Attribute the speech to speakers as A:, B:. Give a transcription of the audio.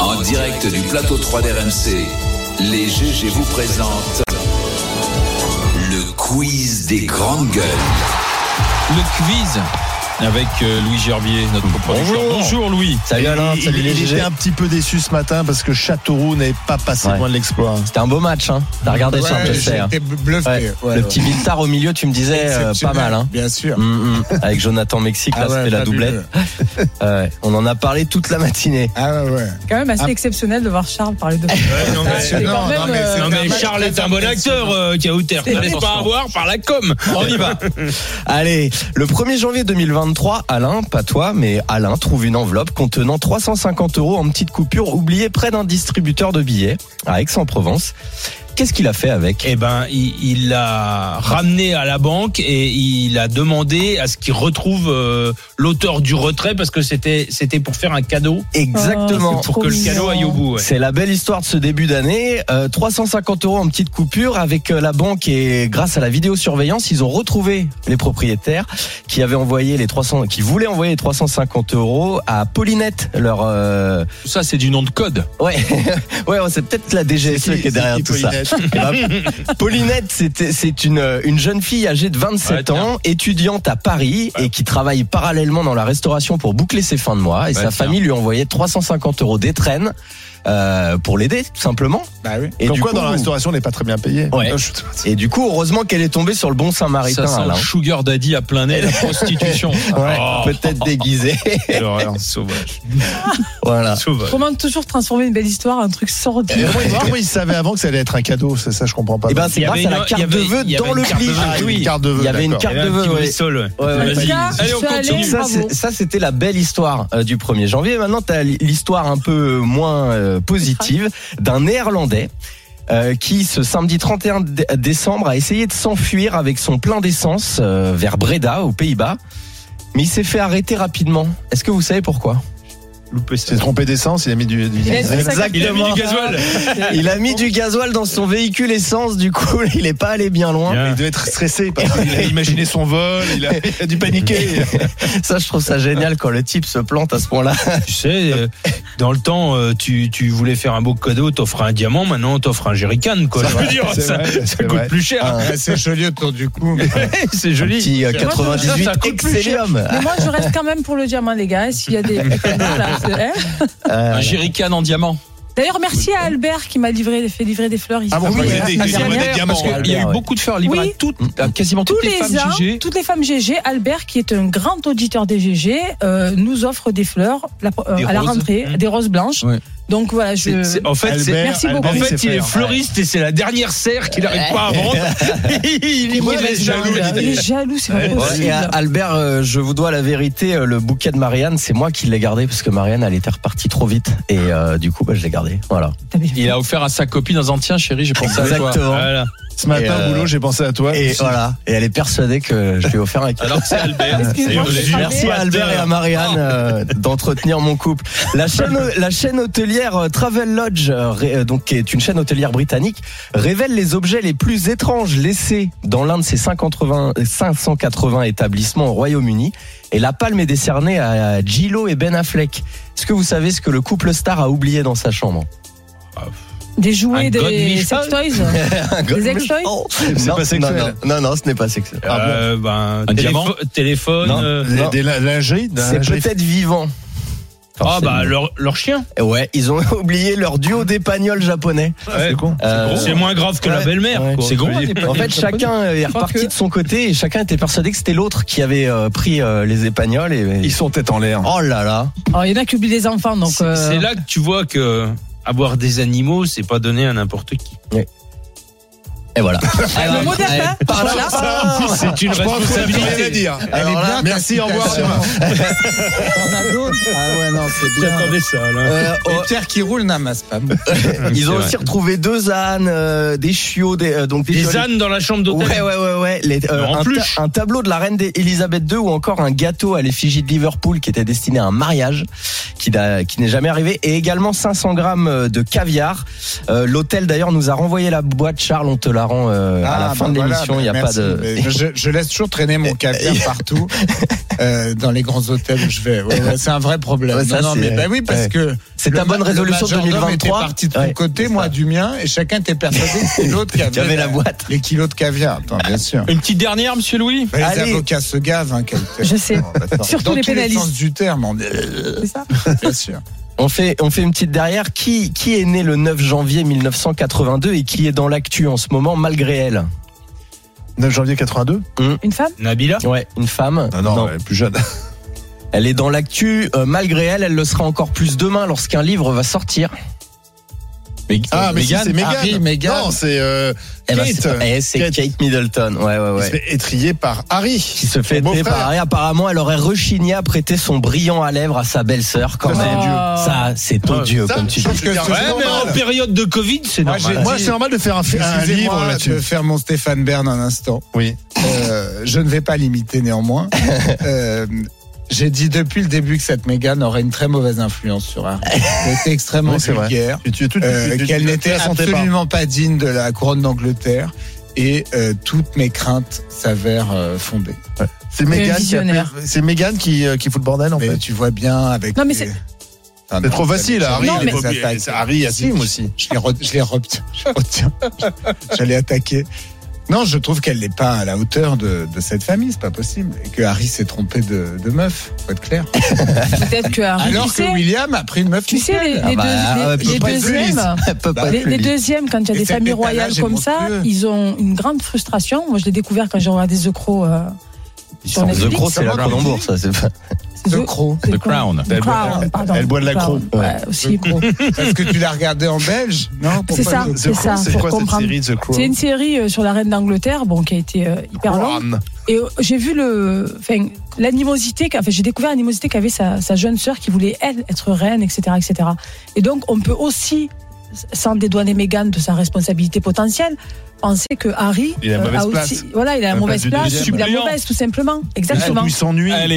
A: En direct du plateau 3 d'RMC, les GG vous présentent le quiz des grandes gueules.
B: Le quiz avec euh, Louis Gerbier, notre producteur.
C: Bonjour.
B: Bonjour Louis.
C: Salut Alain,
D: il,
C: salut
D: il-
C: les
D: il était
C: GG.
D: un petit peu déçu ce matin parce que Châteauroux n'est pas passé
C: Ouais.
D: loin de l'exploit.
C: C'était un beau match, hein. T'as regardé ça, je
E: Ouais,
C: sais.
E: j'ai
C: hein.
E: été bluffé.
C: Ouais.
E: Ouais,
C: le
E: ouais.
C: petit Viltar au milieu, tu me disais euh, pas
E: Exceptionnel,
C: mal, hein.
E: Bien sûr.
C: Hum, hum. Avec Jonathan Mexique, là,
E: Ah ouais,
C: c'était la
E: fabuleux.
C: doublette. Ah ouais. On en a parlé toute la matinée.
E: Ah ouais, ouais.
F: quand même assez
E: Ah.
F: exceptionnel de voir Charles parler de
E: non, mais c'est-
F: C'est
E: non,
F: quand même,
E: non, mais c'est-
F: euh,
E: non, mais
B: Charles est un bon acteur, euh, qui a hauteur.
F: C'est
B: Ne laisse pas
C: attention.
B: avoir par la com. On y va.
C: Allez, le 1er janvier 2023, Alain, pas toi, mais Alain trouve une enveloppe contenant 350 euros en petite coupure oubliée près d'un distributeur de billets à Aix-en-Provence. Qu'est-ce qu'il a fait avec
B: Eh ben, il il l'a ramené à la banque et il a demandé à ce qu'il retrouve euh, l'auteur du retrait parce que c'était c'était pour faire un cadeau
C: Exactement.
F: Oh, c'est
B: pour que le
F: Trop
B: cadeau aille
F: mignon.
B: au bout. ouais.
C: C'est la belle histoire de ce début d'année. Euh, 350 euros en petite coupure avec euh, la banque et grâce à la vidéosurveillance, ils ont retrouvé les propriétaires qui avaient envoyé les 300, qui voulaient envoyer les 350 euros à Paulinette, leur euh,
B: Tout ça, c'est du nom de code.
C: ouais ouais c'est peut-être la DGSE E qui, est derrière tout ça. Eh ben, Paulinette, c'était- c'est une, euh, une jeune fille âgée de 27
B: Ouais, tiens.
C: ans, étudiante à Paris et qui travaille parallèlement dans la restauration pour boucler ses fins de mois. Et
B: Ouais,
C: sa
B: tiens.
C: famille lui envoyait 350 euros d'étrennes euh, pour l'aider, tout simplement.
E: Bah oui.
C: Et
D: Comme
C: du
D: quoi,
C: coup-
D: dans la restauration, on n'est pas très bien payé. Oh,
C: Ouais.
D: Je-
C: Et du coup, heureusement qu'elle est tombée sur le bon Saint-Maritain.
B: Ça sent
C: Alain.
B: le sugar daddy à plein nez, la prostitution.
C: Ouais,
B: Oh,
C: Peut-être déguisée.
B: quelle horreur, sauvage,
C: voilà.
B: sauvage.
F: Comment toujours transformer une belle histoire en un truc
D: Mais
F: sordide
D: Comment il- comment il savait avant que ça allait être un cadeau C'est ça, je comprends pas.
C: Et ben, c'est
B: Il y
C: grâce
B: avait
C: à la
B: une-
C: carte
B: il y avait-
C: de vœux
B: il y avait
C: dans
B: une
C: le
B: carte
C: pli.
B: de vœu,
D: Ah, il y avait une carte de vœu,
C: Il y avait une
D: d'accord.
C: carte
B: Il y
C: de
B: avait un
C: vœu.
B: petit
C: ouais.
B: bristol, ouais.
C: Ouais, ouais.
B: Euh, Vas-y.
F: Là,
B: Allez, on
F: je suis allée.
B: continue.
C: Ça,
F: bravo.
C: c'est- ça, c'était la belle histoire euh, du 1er janvier. Maintenant, tu as l'histoire un peu moins euh, positive d'un Néerlandais euh, qui, ce samedi 31 dé- décembre, a essayé de s'enfuir avec son plein d'essence euh, vers Breda, aux Pays-Bas. Mais il s'est fait arrêter rapidement. Est-ce que vous savez pourquoi
B: Loupé
D: Il s'est trompé d'essence, il a mis du. du-
F: Il a mis sa-
B: Il a mis du gasoil.
C: Il a mis du gasoil dans son véhicule essence, du coup, il n'est pas allé bien loin.
D: Il devait être stressé parce qu'il a imaginé son vol, il a, il a dû paniquer.
C: Ça, je trouve ça génial quand le type se plante à ce point-là.
B: Tu sais, euh, dans le temps, euh, tu, tu voulais faire un beau cadeau, t'offres un diamant, maintenant t'offres un jerrycan, quoi. Je veux dire,
D: c'est
B: ça,
D: vrai,
B: ça
D: c'est
B: coûte
D: vrai.
B: plus cher.
C: Un
E: Ah, C'est joli autour du cou.
B: C'est joli.
C: petit euh,
B: Ça,
C: 98
B: ça coûte plus cher.
C: Excellium.
F: Mais moi, je reste quand même pour le diamant, les gars. hein, S'il y a des. Voilà, c'est- hein.
C: Euh,
B: Un jerrycan en diamant.
F: D'ailleurs, merci à Albert qui m'a livré, fait livrer des fleurs ici.
D: Ah bon,
F: la
D: oui,
F: semaine
D: il y a des-
F: dernière.
D: des- des- diamants,
B: Parce qu'il y a eu
C: Albert,
B: beaucoup de fleurs libres
F: Oui.
B: à toutes, à quasiment
F: Tous
B: toutes Mm. les,
F: les
B: femmes
F: ans,
B: GG.
F: toutes les femmes GG, Albert, qui est un grand auditeur des GG, euh, nous offre des fleurs la- euh,
B: Des
F: à la
B: roses.
F: rentrée,
B: Mmh.
F: des roses blanches.
B: Ouais.
F: Donc voilà, je.
B: C'est- c'est- en fait, Euh, c'est-
D: Albert-
F: Merci
D: Albert,
F: beaucoup.
B: en
D: il
B: fait,
D: sait
B: il est
D: faire.
B: fleuriste et c'est la dernière serre qu'il n'arrive pas à vendre. il est
F: Ouais,
B: mauvais
F: mais
B: jaloux.
F: il est jaloux, c'est pas
C: Ouais, et
F: possible.
C: à- Albert, euh, je vous dois la vérité, euh, le bouquet de Marianne, c'est moi qui l'ai gardé parce que Marianne, elle était repartie trop vite et euh, du coup, bah, je l'ai gardé. Voilà.
F: Putain, mais-
B: Il a offert à sa copine dans un tien, chérie, j'ai pensé à toi.
C: Exactement.
B: Voilà.
D: Ce matin,
C: Et, euh,
D: au boulot, j'ai pensé à toi.
C: Et voilà. Et elle est persuadée que je lui ai offert un cadeau.
B: Alors que c'est Albert.
F: Excuse-moi,
B: C'est-
F: je suis Oh.
C: Merci à Albert et à Marianne euh, d'entretenir mon couple. La chaîne, la chaîne hôtelière euh, Travel Lodge, euh, ré- euh, donc qui est une chaîne hôtelière britannique, révèle les objets les plus étranges laissés dans l'un de euh, ses 580 580 établissements au Royaume-Uni. Et la palme est décernée à Gillo et Ben Affleck. Est-ce que vous savez ce que le couple star a oublié dans sa chambre
F: Des
B: Un
F: jouets,
B: God
F: des
B: Michel.
F: sex toys. Des ex-toys
C: Non,
D: C'est pas
C: non,
D: sexuel.
C: non, non, non, ce n'est pas sexuel.
B: Euh, ben, téléfo-
C: diamant
B: Téléphone.
C: Non.
B: euh,
D: Des-
C: Non.
D: Des la- lingeries d'un
C: C'est
D: lingerie-
C: peut-être vivant.
B: Ah bah leur, leur chien.
C: Et Ouais, ils ont oublié leur duo d'épagnols japonais.
B: Ouais.
D: C'est con.
C: Euh,
B: Ah, C'est moins grave que la
C: ouais.
B: belle-mère.
C: Ouais.
B: quoi. hein,
C: C'est
B: gros.
C: En fait, chacun est
F: crois
C: reparti
F: que-
C: de son côté et chacun était persuadé que c'était l'autre qui avait euh, pris euh, les épagnols. Et...
D: Ils sont tête en l'air.
C: Oh là là
F: Alors, il y en a qui oublient les enfants, donc.
B: C'est
F: euh,
B: c'est là que tu vois que avoir des animaux, c'est pas donné à n'importe qui.
C: Et voilà.
F: le hein, mot d'après,
C: parlons-
F: voilà.
C: parlons-
B: C'est une
D: Je pense qu'on a plus rien à
B: responsabilité.
D: dire. Elle
C: Alors
D: est
C: là,
D: bien. Merci, au revoir. demain.
C: Ah ouais, non, c'est bien.
B: J'attendais ça. Là.
C: Euh,
E: Les
C: oh,
E: pierres qui roulent n'amassent pas.
C: ils ont
B: vrai.
C: aussi retrouvé deux ânes, euh, des chiots, des, euh, donc des,
B: Des
C: chiots-
B: ânes dans la chambre d'hôtel.
C: Ouais, ouais, ouais, ouais. Les- euh,
B: En
C: un,
B: plus.
C: ta- un tableau de la reine Elisabeth II ou encore un gâteau à l'effigie de Liverpool qui était destiné à un mariage qui, n'a- qui n'est jamais arrivé Euh, et également 500 grammes de caviar. Euh, L'hôtel d'ailleurs nous a renvoyé la boîte, Charles, on te la parents euh, à la
E: Ah,
C: fin
E: bah
C: de
E: voilà,
C: l'émission.
E: bah
C: Il n'y a
E: merci.
C: pas de.
E: Mais Je, je laisse toujours traîner mon caviar partout euh, dans les grands hôtels où je vais. Ouais, ouais, c'est un vrai problème.
C: Ouais, ça,
E: non, non,
C: c'est-
E: mais bah oui, parce
C: ouais.
E: que
C: C'est
E: le
C: ta
E: ma-
C: bonne résolution
E: le majordome
C: 2023.
E: était parti de ton
C: Ouais.
E: côté, moi du mien, et chacun était persuadé que c'est l'autre qui avait,
C: Qui avait la boîte.
E: Les kilos de caviar, attends, bien sûr.
G: Une petite dernière, monsieur Louis
E: Bah, les
C: Allez.
E: avocats se gavent, hein, quel-
F: Ah, Je sais.
C: bah,
F: Surtout
E: dans
F: les
E: tous les
F: pénalistes.
E: sens du terme, on-
F: C'est ça
E: bien sûr.
C: On fait, on fait une petite derrière. Qui, qui est né le 9 janvier 1982 et qui est dans l'actu en ce moment malgré elle
D: 9 janvier 82
F: Une femme
B: Nabila
C: Ouais, une femme.
E: Ah
D: Non, non, ouais, plus jeune.
C: Elle est dans l'actu euh, malgré elle. Elle le sera encore plus demain lorsqu'un livre va sortir.
D: Ah, mais si,
E: Meghan,
D: c'est Megan.
E: Harry, Meghan.
D: Non, c'est euh,
C: Eh ben,
D: Kate.
C: c'est- eh, c'est
D: Kate.
C: Kate. Middleton. Ouais, ouais,
D: Il se
C: ouais.
D: fait étrier par Harry.
C: Qui se fait
D: Son
C: aider
D: beau-frère.
C: par- et Apparemment, elle aurait rechigné à prêter son brillant à lèvres à sa belle-sœur quand
D: Ça,
C: même.
D: c'est odieux.
C: Ça, c'est odieux
D: Ça,
C: comme tu
D: je
C: dis.
D: trouve que c'est
B: Ouais, mais en
D: normal.
B: période de Covid, c'est
E: Moi, j'ai
B: normal.
D: Moi, c'est normal de faire un, un livre
E: Excusez-moi de
D: là-dessus.
E: faire mon Stéphane Bern un instant.
D: Oui.
E: Euh, je ne vais pas l'imiter néanmoins. Euh, J'ai dit depuis le début que cette Mégane aurait une très mauvaise influence sur Harry. C'était extrêmement
D: Oui, c'est vrai.
E: vulgaire,
D: Tu- tu- tu- tu-
E: euh,
D: tu- tu-
E: qu'elle
D: tu-
E: n'était
D: la sentais pas.
E: absolument pas. digne de la couronne d'Angleterre. Et euh, toutes mes craintes s'avèrent euh, fondées.
D: C'est Mégane qui, a-
F: visionnaire.
D: c'est Mégane qui, euh, qui fout le bordel en
E: Mais
D: fait.
E: tu vois bien avec.
F: Non, mais
E: les-
F: c'est-
D: C'est
E: Enfin, non,
D: trop
E: ça-
D: facile, Harry.
F: Non,
D: il est
F: mais-
D: pas obligé. C'est Harry assume aussi.
E: Je les, re- je les retiens. Je retiens. J'allais attaquer. Non, je trouve qu'elle n'est pas à la hauteur de, de cette famille, c'est pas possible. Et que Harry s'est trompé de, de meuf, faut être clair.
F: Peut-être que Harry,
E: Alors
F: tu
E: que
F: sais,
E: William a pris une meuf.
F: tu sais, les, les
C: Ah bah,
F: deux-
C: ouais,
F: les-
C: peut
F: les
E: pas être
F: deuxièmes,
C: Elle peut pas
F: les,
C: plus
F: les
C: vite.
F: deuxièmes, quand il y a
E: Et
F: des
E: cet
F: familles
E: étalage
F: royales
E: est
F: comme ça,
E: monstrueux.
F: ils ont une grande frustration. Moi, je l'ai découvert quand j'ai regardé The Crow. euh, sur
C: The
F: Netflix.
C: Crow, c'est la grande en bourse, ça. c'est pas-
F: C'est
E: The Crow.
F: c'est
B: The Crown.
F: The Crown, pardon.
D: elle boit de la
F: The Crown.
D: Crow.
F: Ouais, aussi.
E: Parce que tu l'as regardé en belge, non
F: C'est ça,
E: Pourquoi-
F: c'est ça,
D: C'est
F: pour
D: quoi cette
F: comprendre.
D: série The Crown
F: C'est une série euh, sur la reine d'Angleterre, bon, qui a été euh, hyper longue.
D: Crown.
F: Et euh, j'ai vu le, enfin, l'animosité, qu'a- enfin, j'ai découvert l'animosité qu'avait sa, sa jeune sœur qui voulait elle être reine, etc., etc. Et donc, on peut aussi, sans dédouaner Meghan de sa responsabilité potentielle, penser que Harry
D: Il a la mauvaise
F: aussi,
D: place.
F: voilà, il a la
D: La
F: mauvaise
D: place du
F: place,
D: deuxième.
F: il a la mauvaise tout simplement,
D: Surtout,
F: exactement.
D: il s'ennuie.
G: Allez.